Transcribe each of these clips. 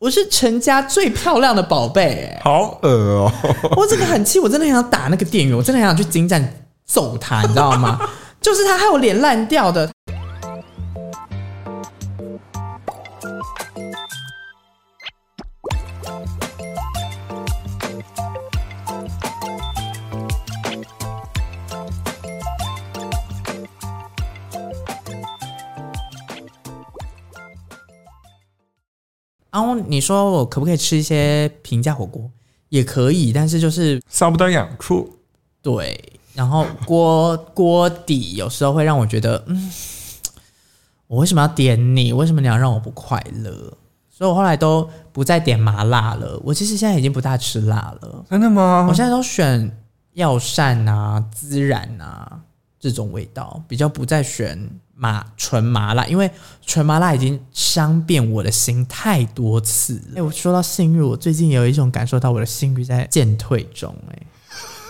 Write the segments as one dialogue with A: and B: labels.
A: 我是陈家最漂亮的宝贝、欸，
B: 好恶哦、
A: 我这个很气，我真的很想打那个店员，我真的很想去警站揍他，你知道吗？ 就是他害我脸烂掉的。然后你说我可不可以吃一些平价火锅？也可以，但是就是
B: 杀不到痒处。
A: 对，然后锅锅底有时候会让我觉得，嗯，我为什么要点你？为什么你要让我不快乐？所以我后来都不再点麻辣了。我其实现在已经不大吃辣了，
B: 真的吗
A: 我？现在都选药膳啊、孜然啊这种味道，比较不再选麻纯麻辣，因为纯麻辣已经伤遍我的心太多次了。哎、我说到性欲，我最近也有一种感受到我的性欲在渐退中、哎。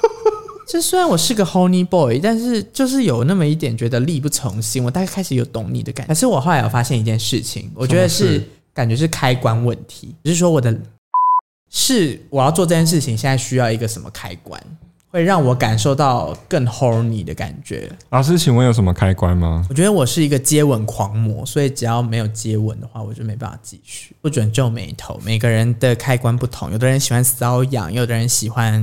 A: 就虽然我是个 honey boy，但是就是有那么一点觉得力不从心，我大概开始有懂你的感觉。可是我后来有发现一件事情，我觉得
B: 什么
A: 是
B: 事
A: 感觉是开关问题，只是说我的是我要做这件事情，现在需要一个什么开关，会让我感受到更 horny 的感觉。
B: 老师，请问有什么开关吗？
A: 我觉得我是一个接吻狂魔，所以只要没有接吻的话，我就没办法继续。不准皱眉头，每个人的开关不同，有的人喜欢瘙痒，有的人喜欢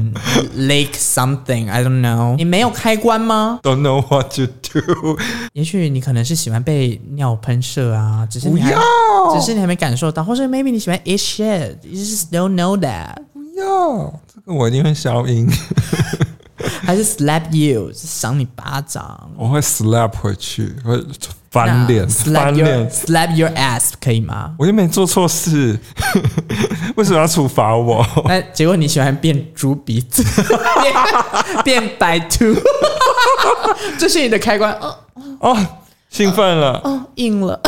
A: lick something I don't know。你没有开关吗？
B: Don't know what to do。
A: 也许你可能是喜欢被尿喷射啊，只是你还
B: 不
A: 只是你还没感受到，或是 maybe 你喜欢 it shit，you just don't know that，
B: 不要，这个我一定会消音，
A: 还是 slap you，是赏你巴掌。 啊
B: 我会 slap 回去，我会翻脸，
A: 那
B: 翻
A: slap your
B: 脸。
A: slap your ass 可以吗？
B: 我又没做错事， 为什么要处罚 我？
A: 那结果你喜欢变猪鼻子， 变变白兔， 这是你的开关哦
B: 哦，兴奋了，
A: 哦，硬了，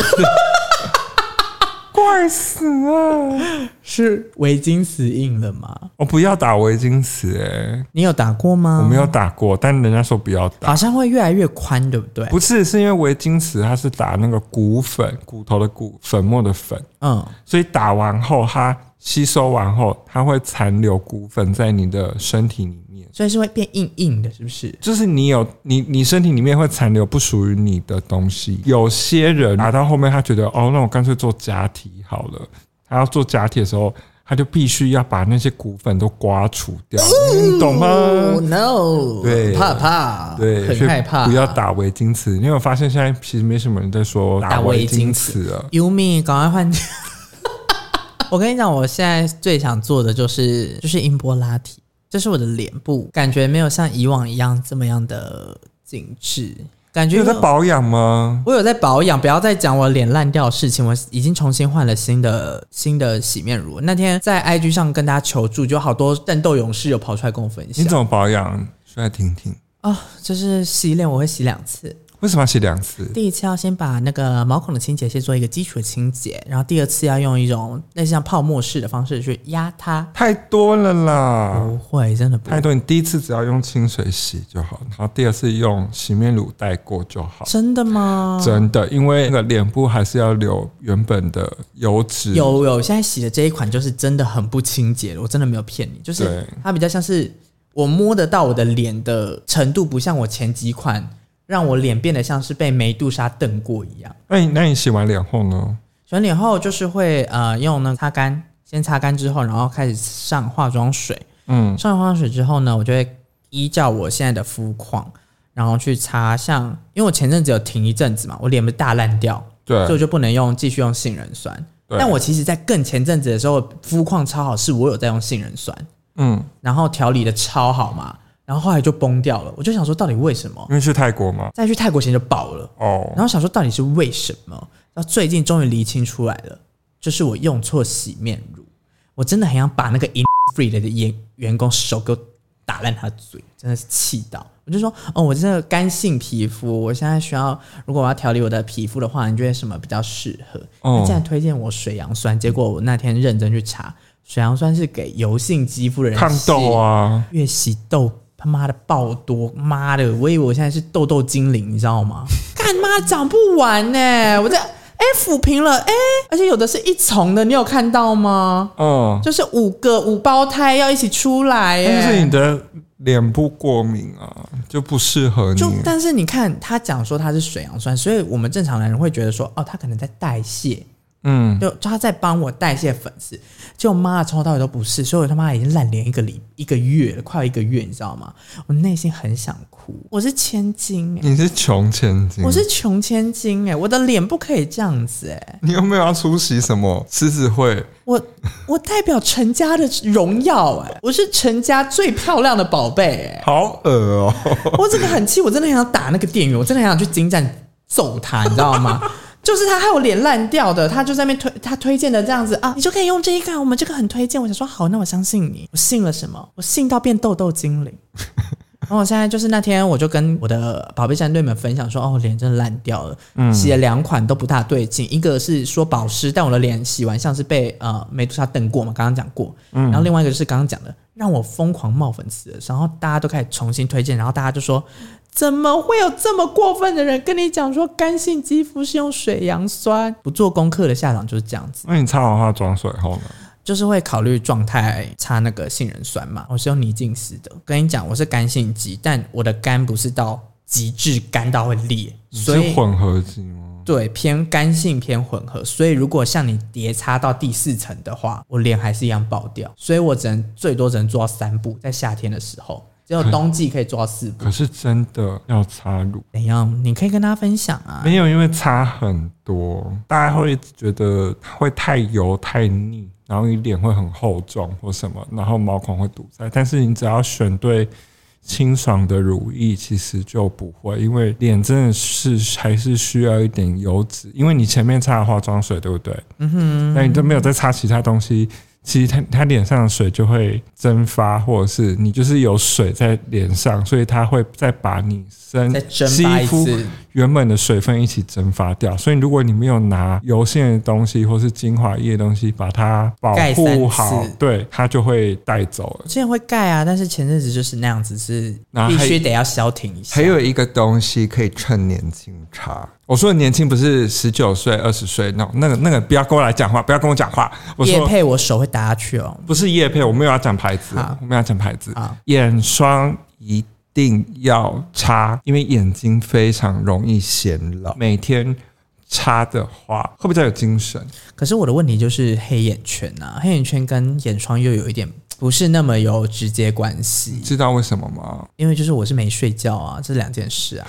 B: 怪死了！
A: 是围巾死硬了吗？
B: 我哦不要打围巾词，哎，
A: 你有打过吗？
B: 我没有打过，但人家说不要打。
A: 好像会越来越宽，对不对？
B: 不是，是因为围巾词它是打那个骨粉，骨头的骨，粉末的粉，
A: 嗯，
B: 所以打完后它吸收完后，它会残留骨粉在你的身体里面。
A: 所以是会变硬硬的，是不是？
B: 就是你有你你身体里面会残留不属于你的东西。有些人打到后面，他觉得哦，那我干脆做假体好了。他要做假体的时候，他就必须要把那些骨粉都刮除掉，你嗯懂
A: 哦
B: 吗？
A: no，
B: 对
A: 怕怕，
B: 对，所
A: 很
B: 以
A: 害怕，
B: 不要。打围巾词。因为我发现现在其实没什么人在说
A: 打
B: 打
A: 围
B: 围
A: 巾
B: 巾
A: 词
B: 词了。
A: 优米，赶快换。 我跟你讲，我现在最想做的就是就是音波拉提，这是我的脸部，感觉没有像以往一样这么样的紧致，感
B: 你
A: 觉
B: 有在
A: 有
B: 保养吗？
A: 我有在保养，不要再讲我脸烂掉的事情。我已经重新换了新的新的洗面乳。那天在 IG 上跟大家求助，就好多战斗勇士有跑出来跟我分
B: 你
A: 享
B: 怎么保养？说来听听。
A: 啊、就是洗脸我会洗两次，
B: 为什么要洗两次？
A: 第一次要先把那个毛孔的清洁先做一个基础的清洁，然后第二次要用一种类似像泡沫式的方式去压它。
B: 太多了啦！
A: 不会，真的不
B: 太
A: 会，
B: 多，你第一次只要用清水洗就好，然后第二次用洗面乳带过就好。
A: 真的吗？
B: 真的，因为那个脸部还是要留原本的油脂。
A: 有有，现在洗的这一款就是真的很不清洁的，我真的没有骗你，就是
B: 对
A: 它比较像是我摸得到我的脸的程度，不像我前几款让我脸变得像是被梅杜莎瞪过一样。
B: 那你哎那你洗完脸后呢？
A: 洗完脸后就是会呃用呢擦干，先擦干之后，然后开始上化妆水，
B: 嗯，
A: 上完化妆水之后呢，我就会依照我现在的肤况，然后去擦像，因为我前阵子有停一阵子嘛，我脸不是大烂掉，所以我
B: 对，
A: 就不能用继续用杏仁酸。
B: 对
A: 但我其实，在更前阵子的时候，肤况超好，是我有在用杏仁酸，
B: 嗯，
A: 然后调理的超好嘛，然后后来就崩掉了。我就想说，到底为什么？
B: 因为去泰国嘛。
A: 再去泰国前就爆了，
B: 哦，
A: 然后想说到底是为什么？然后最近终于厘清出来了，就是我用错洗面乳。我真的很想把那个 in free 的员员工手给我打烂他的嘴，真的是气到。我就说，哦，我真的干性皮肤，我现在需要，如果我要调理我的皮肤的话，你觉得什么比较适合？
B: 哦
A: 他竟然推荐我水杨酸，结果我那天认真去查，水杨酸是给油性肌肤的人
B: 抗痘啊，
A: 洗，越洗痘他妈的爆多， 妈的，我以为我现在是痘痘精灵，你知道吗？干妈长不完呢、我在。哎，抚平了，哎，而且有的是一丛的，你有看到吗？
B: 嗯，
A: 就是五个五胞胎要一起出来，
B: 但是
A: 哎
B: 你，的脸部过敏啊，就不适合你
A: 就。但是你看他讲说他是水杨酸，所以我们正常男人会觉得说，哦，他可能在代谢，
B: 嗯，
A: 就就他在帮我代谢粉刺，结果妈的从头到尾都不是，所以我他妈已经烂脸一个礼一个月了，快要一个月，你知道吗？我内心很想哭，我是千金、欸，
B: 你是穷千金，
A: 我是穷千金、欸，哎，我的脸不可以这样子、欸，哎，
B: 你有没有要出席什么狮子会？
A: 我我代表陈家的荣耀、欸，哎，我是陈家最漂亮的宝贝、欸，
B: 好恶哦、
A: 哎，我这个很气，我真的很想打那个店员，我真的很想去金站揍他，你知道吗？ 就是他害我脸烂掉的，他就在那边推他推荐的这样子啊，你就可以用这一个，我们这个很推荐。我想说好，那我相信你，我信了什么？我信到变痘痘精灵。然后我现在就是那天，我就跟我的宝贝战队们分享说，哦，我脸真的烂掉了，洗了两款都不大对劲，一个是说保湿，但我的脸洗完像是被呃美杜莎瞪过嘛，刚刚讲过，然后另外一个就是刚刚讲的，让我疯狂冒粉刺的，然后大家都开始重新推荐，然后大家就说。怎么会有这么过分的人跟你讲说干性肌肤是用水杨酸？不做功课的下场就是这样子，
B: 那你擦完化妆水后呢？
A: 就是会考虑状态擦那个杏仁酸嘛。我是用泥净丝的，跟你讲我是干性肌，但我的干不是到极致干到会裂，
B: 你
A: 所
B: 是
A: 以
B: 混合肌吗？
A: 对偏干性偏混合。所以如果像你叠擦到第四层的话，我脸还是一样爆掉，所以我只能最多只能做到三步，在夏天的时候，只有冬季可以做到四步。
B: 可是真的要擦乳，
A: 怎样？你可以跟大家分享啊。
B: 没有，因为擦很多，大家会觉得会太油太腻，然后你脸会很厚重或什么，然后毛孔会堵塞。但是你只要选对清爽的乳液，其实就不会，因为脸真的是还是需要一点油脂，因为你前面擦了化妆水，对不对？嗯哼，那你都没有再擦其他东西。其实它它脸上的水就会蒸发，或者是你就是有水在脸上，所以它会再把你身
A: 再蒸
B: 肌
A: 发一
B: 肤
A: 次。
B: 原本的水分一起蒸发掉。所以如果你没有拿油性的东西或是精华液的东西把它保
A: 盖三次
B: 护好，对它就会带走了
A: 我。之前会盖啊，但是前阵子就是那样子，是
B: 然后
A: 必
B: 还
A: 须得要消停一下。
C: 还有一个东西可以趁年轻擦，
B: 我说的年轻不是十九岁、二十岁那种那个那个，不要跟我来讲话，不要跟我讲话。我
A: 叶
B: 说
A: 配，我手会打下去哦。
B: 不是叶配，我没有要讲牌子
A: 好，
B: 我没有要讲牌子
A: 好。
B: 眼霜一定要擦，因为眼睛非常容易显老。每天擦的话，会比较有精神。
A: 可是我的问题就是黑眼圈啊，黑眼圈跟眼霜又有一点不是那么有直接关系
B: 你，知道为什么吗？
A: 因为就是我是没睡觉啊，这两件事啊。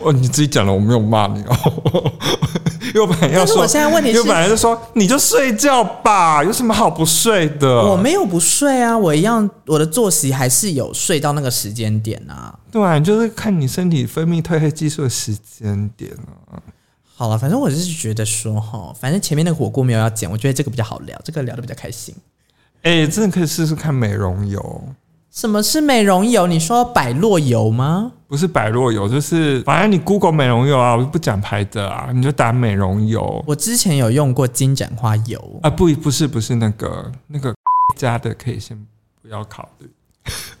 B: 哦，你自己讲了，我没有骂你哦。 又本来要
A: 但是
B: 说，
A: 我现在问题是
B: 又本来就说你就睡觉吧，有什么好不睡的？
A: 我没有不睡啊，我一样我的作息还是有睡到那个时间点啊。
B: 对啊，你就是看你身体分泌褪黑激素的时间点啊。
A: 好了，反正我是觉得说哈，反正前面那个火锅没有要剪，我觉得这个比较好聊，这个聊得比较开心。
B: 哎、真的可以试试看美容油，
A: 什么是美容油？你说百洛油吗？
B: 不是百洛油，就是反正你 Google 美容油啊，我就不讲牌子啊，你就打美容油
A: 我之前有用过金盏花油，
B: 啊，不不是不是那个那个 家的可以先不要考虑。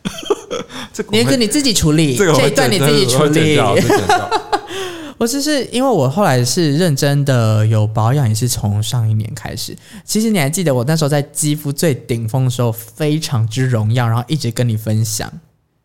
B: 这个我
A: 你
B: 会
A: 跟你自己处理，
B: 这个我
A: 这
B: 会
A: 一段你
B: 剪
A: 自己
B: 这个
A: 处
B: 我会剪
A: 理。
B: 掉这个剪掉
A: 我就是因为我后来是认真的有保养，也是从上一年开始。其实你还记得我那时候在肌肤最顶峰的时候，非常之荣耀，然后一直跟你分享，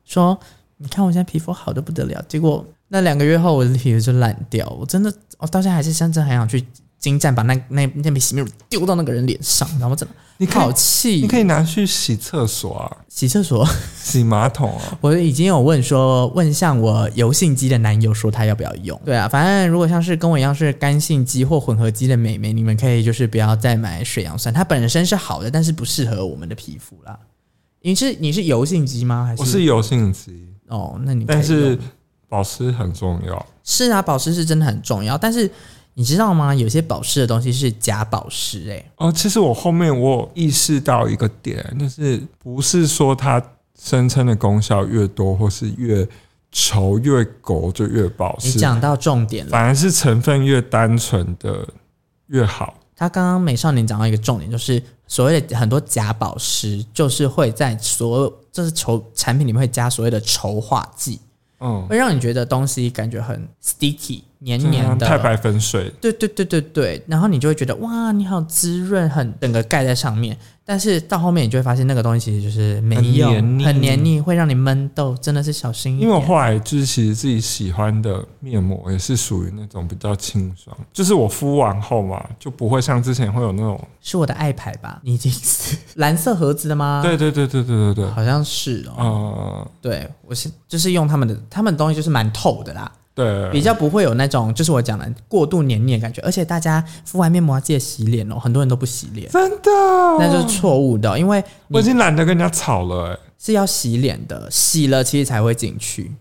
A: 说你看我现在皮肤好的不得了。结果那两个月后，我的皮肤就烂掉，我真的，我到现在还是真的很想去金站把那那那瓶洗面乳丢到那个人脸上，然后我真的
B: 你可以
A: 好气。
B: 你可以拿去洗厕所啊，
A: 洗厕所，
B: 洗马桶啊。
A: 我已经有问说，问向我油性肌的男友说他要不要用。对啊，反正如果像是跟我一样是干性肌或混合肌的美眉，你们可以就是不要再买水杨酸，它本身是好的，但是不适合我们的皮肤啦。你是你是油性肌吗？还是
B: 我是油性肌，
A: 哦？那你可以
B: 但是
A: 用
B: 保湿很重要。
A: 是啊，保湿是真的很重要，但是你知道吗？有些保湿的东西是假保湿、欸，
B: 哦，其实我后面我有意识到一个点，就是不是说它声称的功效越多，或是越稠越狗就越保
A: 你
B: 湿，
A: 讲到重点了。
B: 反而是成分越单纯的越好。
A: 他刚刚美少年讲到一个重点，就是所谓的很多假保湿，就是会在所有就是稠产品里面会加所谓的稠化剂，
B: 嗯，
A: 会让你觉得东西感觉很 sticky，黏黏的，
B: 嗯太白粉水，
A: 对对对对对，然后你就会觉得哇，你好滋润，很整个盖在上面。但是到后面你就会发现，那个东西其实就是没有
B: 很黏腻
A: 很黏腻，会让你闷痘，真的是小心一
B: 因
A: 点。
B: 为我后来就是其实自己喜欢的面膜也是属于那种比较清爽，就是我敷完后嘛，就不会像之前会有那种，
A: 是我的爱牌吧？你已经是 蓝色盒子的吗？
B: 对对对对对对对，
A: 好像是哦。
B: 呃，
A: 对，我是就是用他们的，他们的东西就是蛮透的啦，比
B: 对，
A: 较不会有那种就是我讲的过度黏腻的感觉。而且大家敷完面膜要记得洗脸哦，很多人都不洗脸，
B: 真的，
A: 那就是错误的哦，因为你
B: 我已经懒得跟人家吵了、欸，
A: 是要洗脸的，洗了其实才会进去。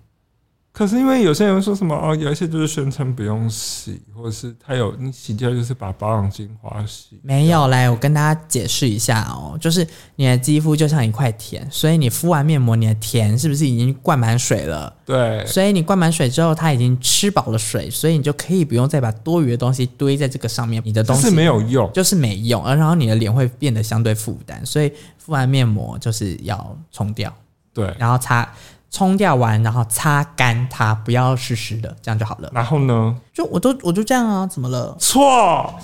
B: 可是因为有些人说什么哦，有一些就是宣称不用洗，或者是他有你洗掉就是把保养精华洗，
A: 没有来，我跟大家解释一下哦，就是你的肌肤就像一块田，所以你敷完面膜，你的田是不是已经灌满水了？
B: 对，
A: 所以你灌满水之后，它已经吃饱了水，所以你就可以不用再把多余的东西堆在这个上面，你的
B: 就
A: 东
B: 是
A: 西
B: 没有用。
A: 就是没用，而然后你的脸会变得相对负担，所以敷完面膜就是要冲掉，
B: 对，
A: 然后擦冲掉完，然后擦干它，不要湿湿的，这样就好了。
B: 然后呢？
A: 就我都我就这样啊，怎么了？
B: 错，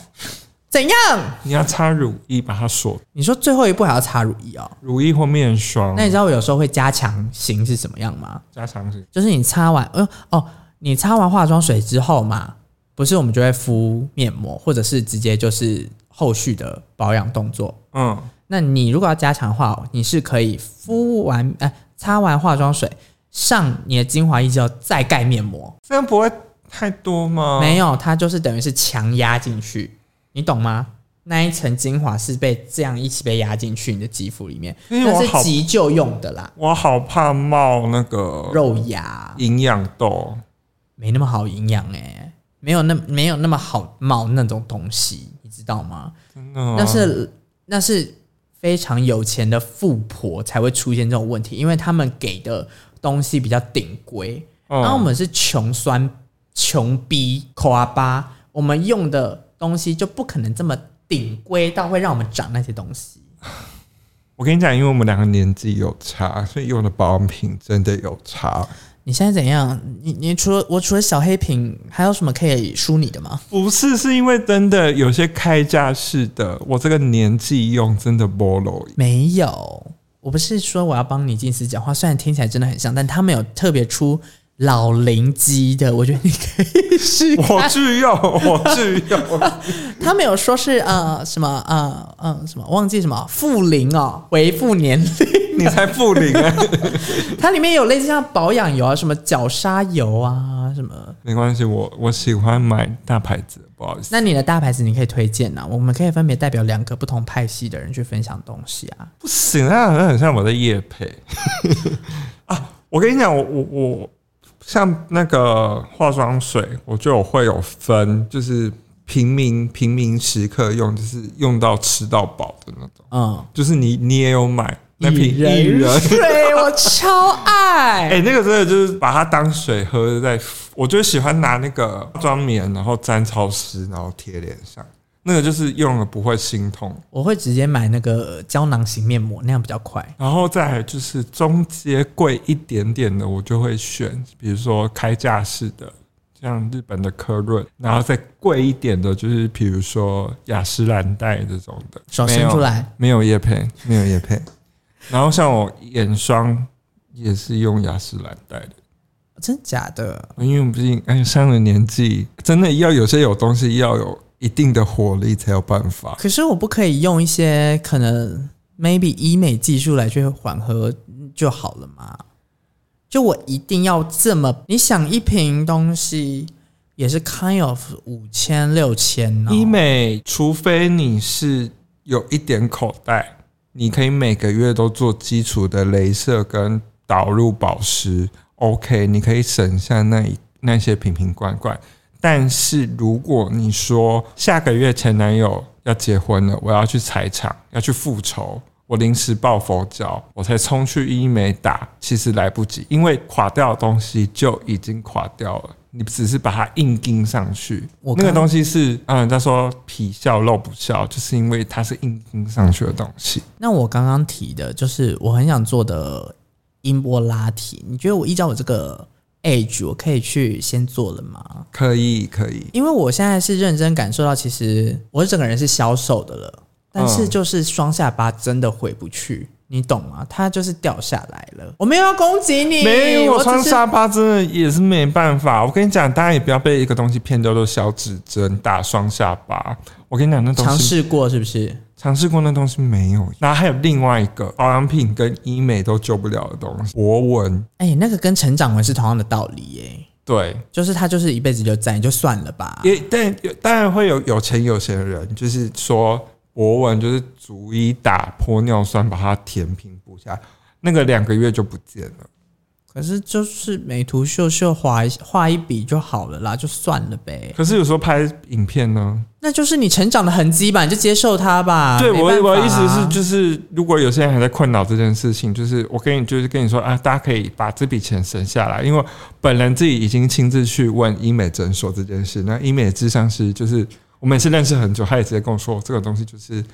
A: 怎样？
B: 你要擦乳液把它锁，
A: 你说最后一步还要擦乳液哦？
B: 乳液或面霜
A: 那你知道我有时候会加强型是什么样吗？
B: 加强型。
A: 就是你擦完，呃哦，你擦完化妆水之后嘛，不是我们就会敷面膜，或者是直接就是后续的保养动作。
B: 嗯，
A: 那你如果要加强的话，你是可以敷完，呃，擦完化妆水，上你的精华液之后再盖面膜。
B: 这样不会太多吗？
A: 没有，它就是等于是强压进去，你懂吗？那一层精华是被这样一起被压进去你的肌肤里面，
B: 因为
A: 那
B: 我好
A: 是急救用的啦，
B: 我好怕冒那个
A: 肉芽。
B: 营养痘。
A: 没那么好营养哎，没有那没有那么好冒那种东西，你知道吗？
B: 真的啊吗
A: 那是那是非常有钱的富婆才会出现这种问题，因为他们给的东西比较顶规，
B: 嗯
A: 然后我们是穷酸、穷逼、抠阿巴，我们用的东西就不可能这么顶规到会让我们长那些东西。
C: 我跟你讲，因为我们两个年纪有差，所以用的保养品真的有差。
A: 你现在怎样？你你除了我除了小黑瓶，还有什么可以输你的吗？
B: 不是，是因为真的有些开架式的，我这个年纪用真的不容易。
A: 没有，我不是说我要帮你近似讲话，虽然听起来真的很像，但他们有特别出老龄机的，我觉得你可以试看。
B: 我 拒用，我拒用。
A: 他们有说是呃什么呃呃什么忘记什么复龄哦，回复年龄，
B: 你才不灵啊！
A: 它里面有类似像保养油啊，什么角鲨油啊什么。
B: 没关系，我我喜欢买大牌子，不好意思。
A: 那你的大牌子你可以推荐啊，我们可以分别代表两个不同派系的人去分享东西啊。
B: 不行啊，那很像我在夜配啊！我跟你讲，我我我像那个化妆水，我就有会有分，就是平民平民时刻用，就是用到吃到饱的那种。
A: 嗯，
B: 就是你你也有买那啊瓶
A: 薏
B: 薏仁，
A: 水我超爱。
B: 哎、那个真的就是把它当水喝在，我就喜欢拿那个化妆棉，然后沾潮湿，然后贴脸上，那个就是用了不会心痛。
A: 我会直接买那个胶囊型面膜，那样比较快。
B: 然后再来就是中阶贵一点点的，我就会选，比如说开架式的，像日本的科润，然后再贵一点的，就是比如说雅诗兰黛这种的，
A: 手
B: 没
A: 伸
B: 有
A: 出来，
B: 没有叶片。
C: 没有叶配，
B: 然后像我眼霜也是用雅诗兰黛的。
A: 真假的？
B: 因为我们毕竟哎上了年纪，
C: 真的要有些有东西要有一定的活力才有办法。
A: 可是我不可以用一些可能 maybe 医美技术来去缓和就好了嘛？就我一定要这么？你想一瓶东西也是 kind of 五千六千呢？哦
B: 医美除非你
C: 是有一点口袋，你可以每个月都做基础的镭射跟导入保湿，OK，你可以省下那一那些瓶瓶罐罐。但是如果你说下个月前男友要结婚了，我要去踩场，要去复仇，我临时抱佛脚，我才冲去医美打，其实来不及，因为垮掉的东西就已经垮掉了，你只是把它硬钉上去。
A: 我
B: 那个
A: 刚
B: 东西是啊，人家说皮笑肉不笑，就是因为它是硬钉上去的东西。
A: 那我刚刚提的就是我很想做的音波拉提，你觉得我依照我这个 age，我可以去先做了吗？
B: 可以可以，
A: 因为我现在是认真感受到，其实我整个人是消瘦的了，但
B: 嗯
A: 是就是双下巴真的回不去，你懂吗？它就是掉下来了。我没有要攻击你，
D: 没有，
A: 哎我
D: 我
A: 只
D: 穿
A: 是
D: 沙发真的
B: 也是没办法。我跟你讲，大家也不要被一个东西骗掉，就是小指针打双下巴。我跟你讲，那东
A: 尝
B: 西
A: 试过，是不是？
B: 尝试过那东西没有。然后还有另外一个保养品跟医美都救不了的东西，博文。
A: 哎、那个跟成长纹是同样的道理耶、
B: 对，
A: 就是它就是一辈子就在，你就算了吧。
B: 也但有当然会有有钱有钱的人，就是说博文就是足以打破尿酸，把它填平补下来，那个两个月就不见了。
A: 可是就是美图秀秀画一画一笔就好了啦，就算了呗。
B: 可是有时候拍影片呢，
A: 那就是你成长的痕迹吧，你就接受它吧。
B: 对
A: 没
B: 我
A: 办法
B: 我的
A: 啊
B: 意思是，就是如果有些人还在困扰这件事情，就是我跟你就是跟你说啊，大家可以把这笔钱省下来，因为本人自己已经亲自去问医美诊所这件事。那医美智商师就是我们也是认识很久，他也直接跟我说，这个东西就是
A: 啊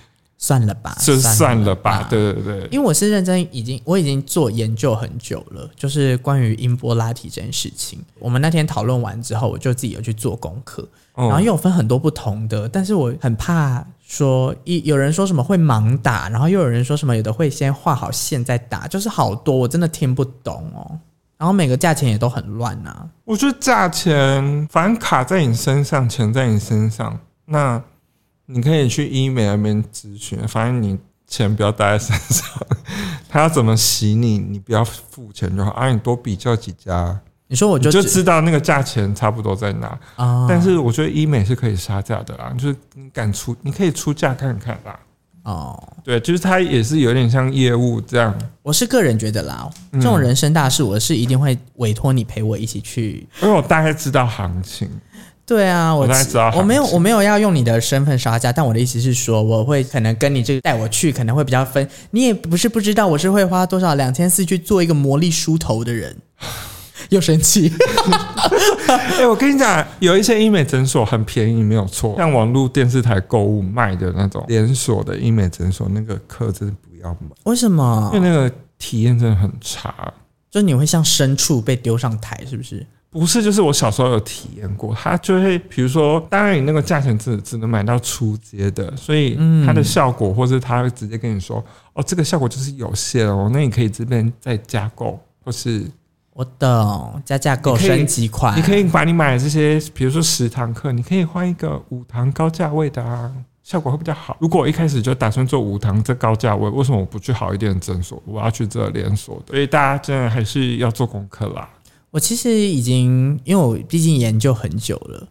A: 算了吧，
B: 就算了
A: 吧
B: 吧，。对对对。
A: 因为我是认真，已经我已经做研究很久了，就是关于音波拉提这件事情。我们那天讨论完之后，我就自己有去做功课，
B: 哦
A: 然后又有分很多不同的，但是我很怕说一有人说什么会盲打，然后又有人说什么有的会先画好线再打，就是好多我真的听不懂哦。然后每个价钱也都很乱呐、啊，
B: 我觉得价钱反正卡在你身上，钱在你身上，那你可以去医美那边咨询，反正你钱不要带在身上，他要怎么洗你，你不要付钱就好。啊，你多比较几家，
A: 你说我
B: 你
A: 就
B: 就
A: 只
B: 知道那个价钱差不多在哪。
A: 啊，
B: 但是我觉得医美是可以杀价的啦，就是你敢出，你可以出价看看啦。
A: 哦，
B: 对，就是它也是有点像业务这样，
A: 我是个人觉得啦，这种人生大事，我是一定会委托你陪我一起去
B: 因为我大概知道行情。
A: 对啊，我
B: 我大概知道
A: 我没有
B: 行情
A: 我没有要用你的身份杀价，但我的意思是说，我会可能跟你这个带我去，可能会比较分。你也不是不知道，我是会花多少两千四去做一个魔力梳头的人，又生气。
B: 哎、我跟你讲，有一些医美诊所很便宜，没有错。像网络电视台购物卖的那种连锁的医美诊所，那个课真的不要买，
A: 为什么
B: 因？为那个体验真的很差。
A: 就你会像牲畜被丢上台，是不是？
B: 不是，就是我小时候有体验过，它就会，比如说，当然你那个价钱只只能买到初阶的，所以它的效果，或是它会直接跟你说，哦，这个效果就是有限哦，那你可以这边再加购，或是
A: 我懂，加价购
B: 你可以
A: 升级款，
B: 你可以把你买的这些，比如说十堂课，你可以换一个五堂高价位的啊，效果会比较好。如果我一开始就打算做五堂这高价位，为什么我不去好一点的诊所？我要去这连锁的。所以大家真的还是要做功课啦。
A: 我其实已经，因为我毕竟研究很久了，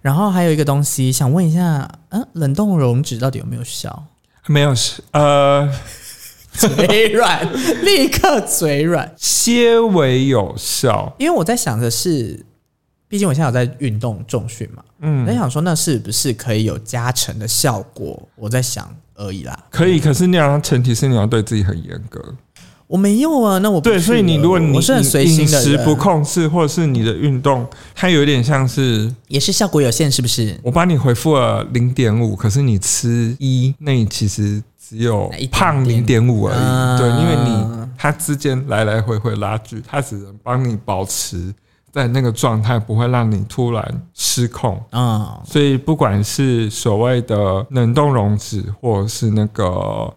A: 然后还有一个东西想问一下，嗯，冷冻溶脂到底有没有效？
B: 没有是呃，
A: 嘴软， 立刻嘴软。
B: 些微有效，
A: 因为我在想的是，毕竟我现在有在运动重训嘛，我在
B: 嗯，
A: 想说那是不是可以有加成的效果？我在想而已啦，
B: 可以。可是你要前提是你要对自己很严格。
A: 我没有啊，那我不
B: 对，
A: 去
B: 所以你
A: 了
B: 如果你
A: 我是很
B: 你
A: 随心
B: 饮
A: 的
B: 食
A: 人
B: 不控制，或者是你的运动，它有点像是
A: 也是效果有限，是不是？
B: 我帮你回复了零点五，可是你吃一，那你其实只有
A: 那一点点
B: 胖零点五而已。
A: 嗯
B: 对，因为你它之间来来回回拉锯，它只能帮你保持在那个状态，不会让你突然失控。
A: 嗯，
B: 所以，不管是所谓的冷冻溶脂，或者是那个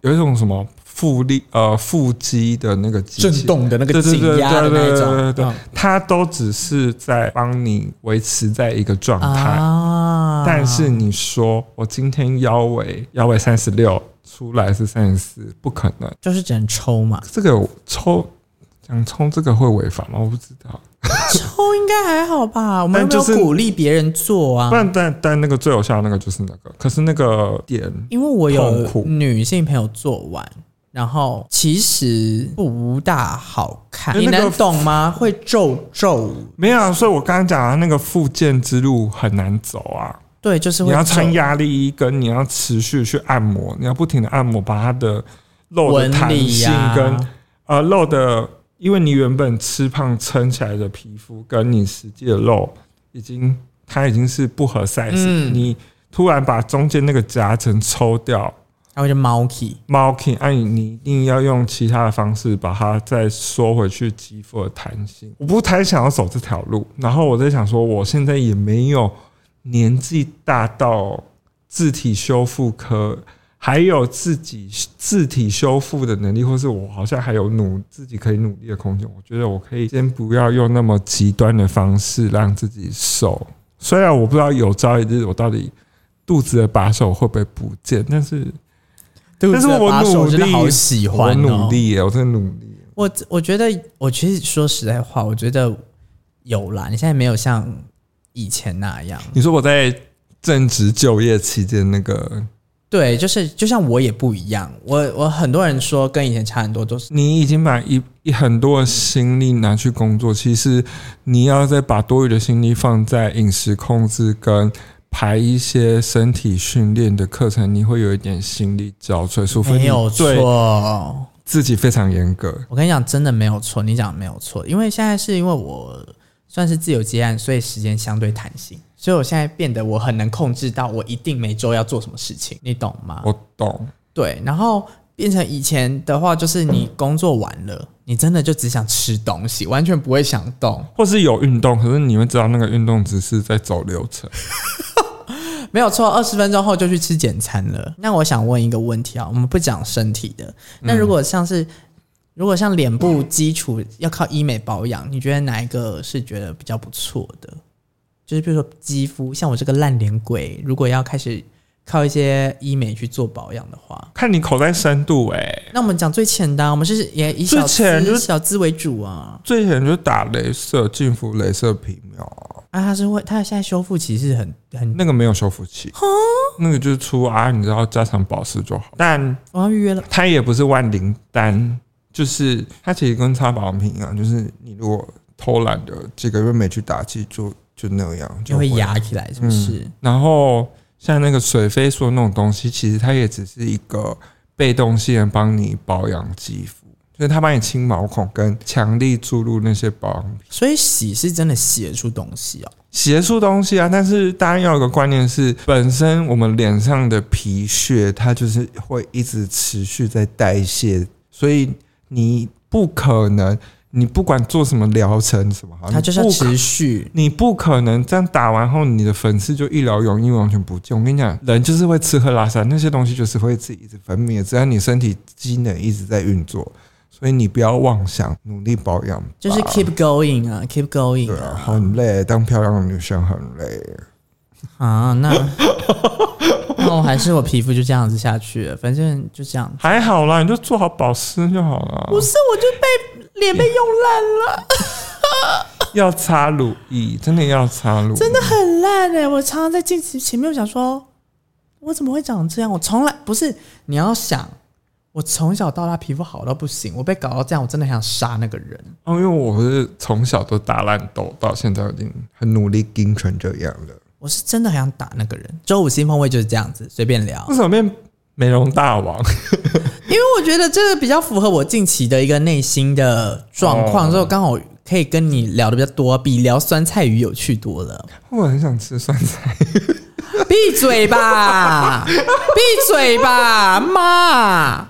B: 有一种什么腹力呃腹肌的那个机
A: 震
B: 器
A: 动的那个
B: 对对
A: 紧
B: 对
A: 压的那一种
B: 对对对对对
A: 嗯
B: 它都只是在帮你维持在一个状态。
A: 嗯啊
B: 但是你说我今天腰围腰围三十六，出来是三十四，不可能。
A: 就是只能抽嘛，
B: 这个有抽想抽这个会违法吗？我不知道。
A: 啊抽应该还好吧？我们
B: 但
A: 又没有
B: 就是
A: 鼓励别人做啊
B: 不。然但但那个最有效的那个就是那个，可是那个点
A: 因为我
B: 痛
A: 有
B: 苦
A: 女性朋友做完，然后其实不大好看，
B: 因
A: 你
B: 为那个
A: 能懂吗？会皱皱，
B: 没有啊，所以我刚刚讲的那个复健之路很难走啊。
A: 对，就是
B: 你
A: 会
B: 要
A: 皱
B: 穿压力衣，跟你要持续去按摩，你要不停的按摩，把它的肉的
A: 纹
B: 弹
A: 理啊
B: 性
A: 呀、
B: 跟呃肉的，因为你原本吃胖撑起来的皮肤，跟你实际的肉已经它已经是不合 size，、
A: 嗯
B: 你突然把中间那个夹层抽掉，
A: 它会是猫 key。
B: 猫 king，哎、你你一定要用其他的方式把它再缩回去肌肤的弹性。我不太想要走这条路，然后我在想说，我现在也没有年纪大到字体修复科，还有自己字体修复的能力，或是我好像还有努自己可以努力的空间。我觉得我可以先不要用那么极端的方式让自己瘦。虽然我不知道有朝一日我到底肚子的把手会不会不见，但是。
A: 对
B: 但是我
A: 把手
B: 努
A: 真的
B: 力
A: 好喜欢、
B: 我
A: 哦，
B: 努力耶，我真的努力。
A: 我我觉得，我其实说实在话，我觉得有啦。你现在没有像以前那样，
B: 你说我在正职就业期间那个，
A: 对，就是就像我也不一样。我我很多人说跟以前差很多，都是
B: 你已经把一一很多的心力拿去工作，其实你要再把多余的心力放在饮食控制跟排一些身体训练的课程，你会有一点心力交瘁，除非
A: 没有
B: 你对
A: 错。
B: 自己非常严格。
A: 我跟你讲，真的没有错，你讲的没有错。因为现在是因为我算是自由接案，所以时间相对弹性，所以我现在变得我很能控制到，我一定每周要做什么事情，你懂吗？
B: 我懂，
A: 对，然后变成以前的话，就是你工作完了，你真的就只想吃东西，完全不会想动。
B: 或是有运动，可是你会知道那个运动只是在走流程。
A: 没有错，二十分钟后就去吃简餐了。那我想问一个问题啊，我们不讲身体的，那如果像是、如果像脸部基础要靠医美保养，你觉得哪一个是觉得比较不错的？就是比如说肌肤，像我这个烂脸鬼，如果要开始靠一些医美去做保养的话，
B: 看你口袋深度、欸，
A: 那我们讲最简单，我们是也以小
B: 最浅
A: 资、
B: 就是
A: 小资为主啊。
C: 最前就是打镭射，净肤镭射皮秒啊，
A: 啊，它是会，它现在修复其实很很，
B: 那个没有修复器，那个就是出啊，你知道加强保湿就好。但
A: 我要预约了。
B: 它也不是万灵丹，就是它其实跟擦保养品一样，就是你如果
C: 偷懒的几个月没去打气就就那样，
A: 就会。压起来，是不是？
B: 然后像那个水飞说那种东西，其实它也只是一个被动性的帮你保养肌肤，就是它帮你清毛孔跟强力注入那些保养品。
A: 所以洗是真的洗得出东西哦。
B: 邪术东西啊，但是大家要有个观念是，本身我们脸上的皮屑，它就是会一直持续在代谢，所以你不可能，你不管做什么疗程什么好，
A: 它就是要
B: 你不可
A: 持续，
B: 你不可能这样打完后，你的粉刺就一劳永逸，完全不见。我跟你讲，人就是会吃喝拉撒，那些东西就是会自己一直分泌的，只要你身体机能一直在运作，所以你不要妄想努力保养吧，
A: 就是 keep going 啊，keep going
C: 对啊，
A: 啊。
C: 很累，当漂亮的女生很累。
A: 啊， 那那我还是我皮肤就这样子下去了，反正就这样。
B: 还好啦，你就做好保湿就好了。
A: 不是，我就被脸被用烂了，
B: 要擦乳液，真的要擦乳液，真的
A: 很烂哎、我常常在镜子前面，我想说，我怎么会长这样？我从来不是，你要想，我从小到大皮肤好到不行，我被搞到这样，我真的很想杀那个人。
B: 哦，因为我是从小都打烂豆，到现在已经
C: 很努力盯成这样了，
A: 我是真的很想打那个人。周五新风味就是这样子，随便聊
B: 为，什么变美容大王？
A: 因为我觉得这个比较符合我近期的一个内心的状况，
B: 哦
A: 所以我刚好可以跟你聊的比较多，比聊酸菜鱼有趣多了。
B: 我很想吃酸菜，
A: 闭嘴吧，闭嘴吧，妈！